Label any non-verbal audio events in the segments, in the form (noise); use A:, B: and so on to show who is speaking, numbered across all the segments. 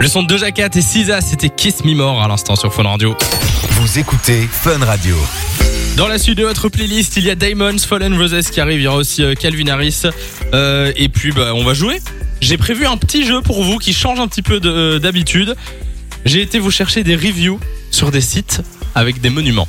A: Le son de Doja Cat et Sisa, c'était Kiss Me More à l'instant sur Fun Radio.
B: Vous écoutez Fun Radio.
A: Dans la suite de votre playlist, il y a Diamonds, Fallen Roses qui arrive, il y aura aussi euh, Calvin Harris. Euh, et puis, bah, on va jouer. J'ai prévu un petit jeu pour vous qui change un petit peu de- euh, d'habitude. J'ai été vous chercher des reviews sur des sites avec des monuments.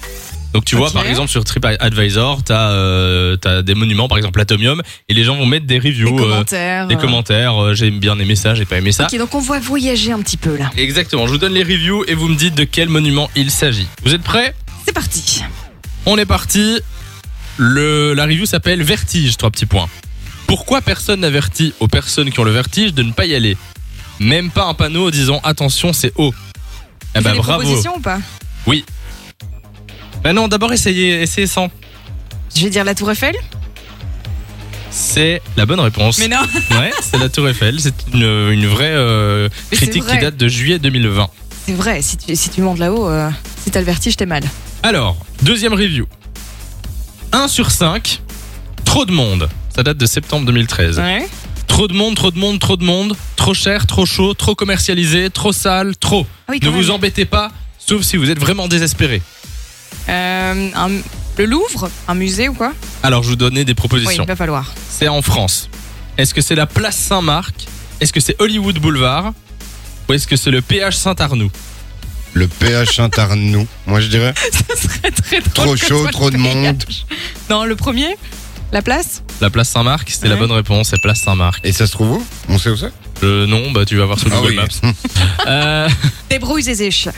A: Donc tu vois,
C: Ok.
A: par exemple sur TripAdvisor, t'as euh, t'as des monuments, par exemple l'Atomium, et les gens vont mettre des
C: Des
A: reviews, euh,
C: commentaires.
A: des commentaires. euh, j'ai bien aimé ça, j'ai pas aimé ça.
C: Ok, donc on va voyager un petit peu là.
A: Exactement, je vous donne les reviews et vous me dites de quel monument il s'agit. Vous êtes prêts
C: C'est parti.
A: On est parti. Le, la review s'appelle Vertige, trois petits points. Pourquoi personne n'avertit aux personnes qui ont le vertige de ne pas y aller Même pas un panneau disant attention, c'est haut. Eh
C: Tu fais
A: ben
C: des
A: bravo.
C: propositions ou pas
A: Ben non, d'abord essayez, essayez sans.
C: Je vais dire la Tour Eiffel
A: C'est la bonne réponse.
C: Mais non,
A: Ouais, c'est la Tour Eiffel. C'est une, une vraie euh,
C: Mais c'est
A: critique
C: vrai.
A: qui date de juillet 2020.
C: c'est vrai, si tu, si tu montes là-haut, euh, si t'as le vertige, t'es mal.
A: Alors, deuxième review. 1 sur 5, trop de monde. Ça date de septembre 2013.
C: Ouais.
A: Trop de monde, trop de monde, trop de monde, trop cher, trop chaud, trop commercialisé, trop sale, trop.
C: Ah oui,
A: Ne
C: quand
A: vous
C: même.
A: embêtez pas, sauf si vous êtes vraiment désespéré.
C: Euh, un- le Louvre Un musée ou quoi
A: Alors je vous donnais des
C: Oui,
A: propositions.
C: il va falloir. (laughs)
A: C'est en France. Est-ce que c'est la place Saint-Marc Est-ce que c'est Hollywood Boulevard Ou est-ce que c'est le PH Saint-Arnoux
D: Le PH Saint-Arnoux, moi je dirais.
C: Ça serait très drôle
D: Trop
C: que ce
D: chaud,
C: soit le
D: trop de
C: PH.
D: monde.
C: Non, le premier La place
A: La place Saint-Marc, c'était la
C: Ouais.
A: bonne réponse, c'est place Saint-Marc.
D: Et ça se trouve où On sait où c'est
A: Euh, non, bah tu vas voir sur Google Maps.
D: Hum.
A: Euh,
C: Débrouille Zézéche.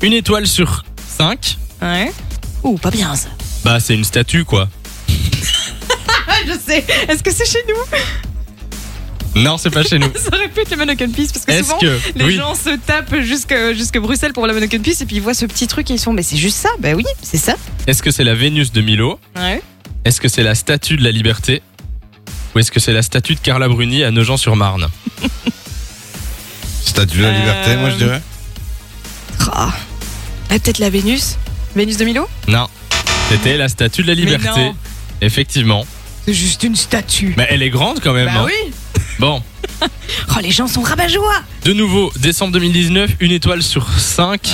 A: une étoile sur 5,
C: Ouais. Ouh, pas bien ça.
A: bah c'est une statue quoi.
C: Ah, je sais. Est-ce que c'est chez nous (laughs)
A: Non, c'est pas chez nous.
C: Ça aurait pu être la Mannequin Peace parce que
A: Est-ce
C: souvent.
A: que...
C: Les
A: oui.
C: gens se tapent jusque, jusque Bruxelles pour la Mannequin Peace et puis ils voient ce petit truc et ils sont mais c'est juste ça, bah oui, c'est ça.
A: Est-ce que c'est la Vénus de Milo
C: Ouais.
A: Est-ce que c'est la statue de la liberté ou est-ce que c'est la statue de Carla Bruni à Nogent-sur-Marne
D: Statue de la
C: Euh,
D: Liberté, moi je dirais.
C: Ah, Ah, peut-être la Vénus Vénus de Milo
A: Non, c'était la statue de la liberté.
C: non.
A: Effectivement.
C: C'est juste une statue.
A: Mais elle est grande quand même. hein.
C: Bah oui
A: Bon,
C: Oh, les gens sont rabat joie
A: de nouveau, décembre 2019, une étoile sur 5,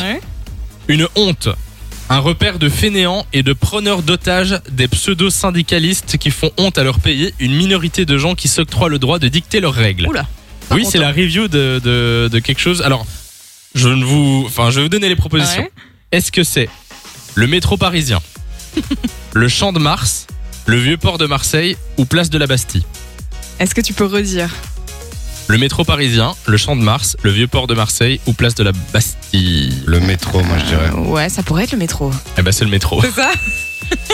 A: une honte. Un repère de fainéants et de preneurs d'otages, des pseudo-syndicalistes qui font honte à leur pays, une minorité de gens qui s'octroient le droit de dicter leurs règles.
C: Oula. Pas
A: Oui, c'est
C: content.
A: la review de, de, de quelque chose. Alors, je ne vous, enfin, je vais vous donner les propositions.
C: Ouais.
A: Est-ce que c'est le métro
C: (laughs)
A: parisien, le Champ de Mars, le vieux port de Marseille ou place de la Bastille
C: Est-ce que tu peux redire
A: Le métro parisien, le Champ de Mars, le vieux port de Marseille ou place de la Bastille
D: Le métro, moi je dirais.
C: Ouais, ça pourrait être le métro.
A: Eh ben, c'est le métro.
C: C'est ça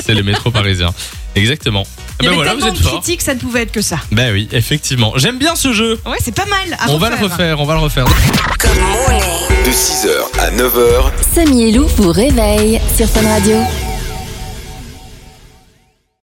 A: c'est le métro parisien. Exactement. Eh
C: Il y
A: ben
C: avait
A: voilà, vous
C: tellement
A: êtes
C: de
A: fort.
C: critiques, ça ne pouvait être que ça.
A: Ben oui, effectivement. J'aime bien ce jeu.
C: Ouais, c'est pas mal. à
A: on va le refaire, on va le refaire.
E: De 6h à 9h,
F: Samy et Lou vous réveille sur Fun Radio.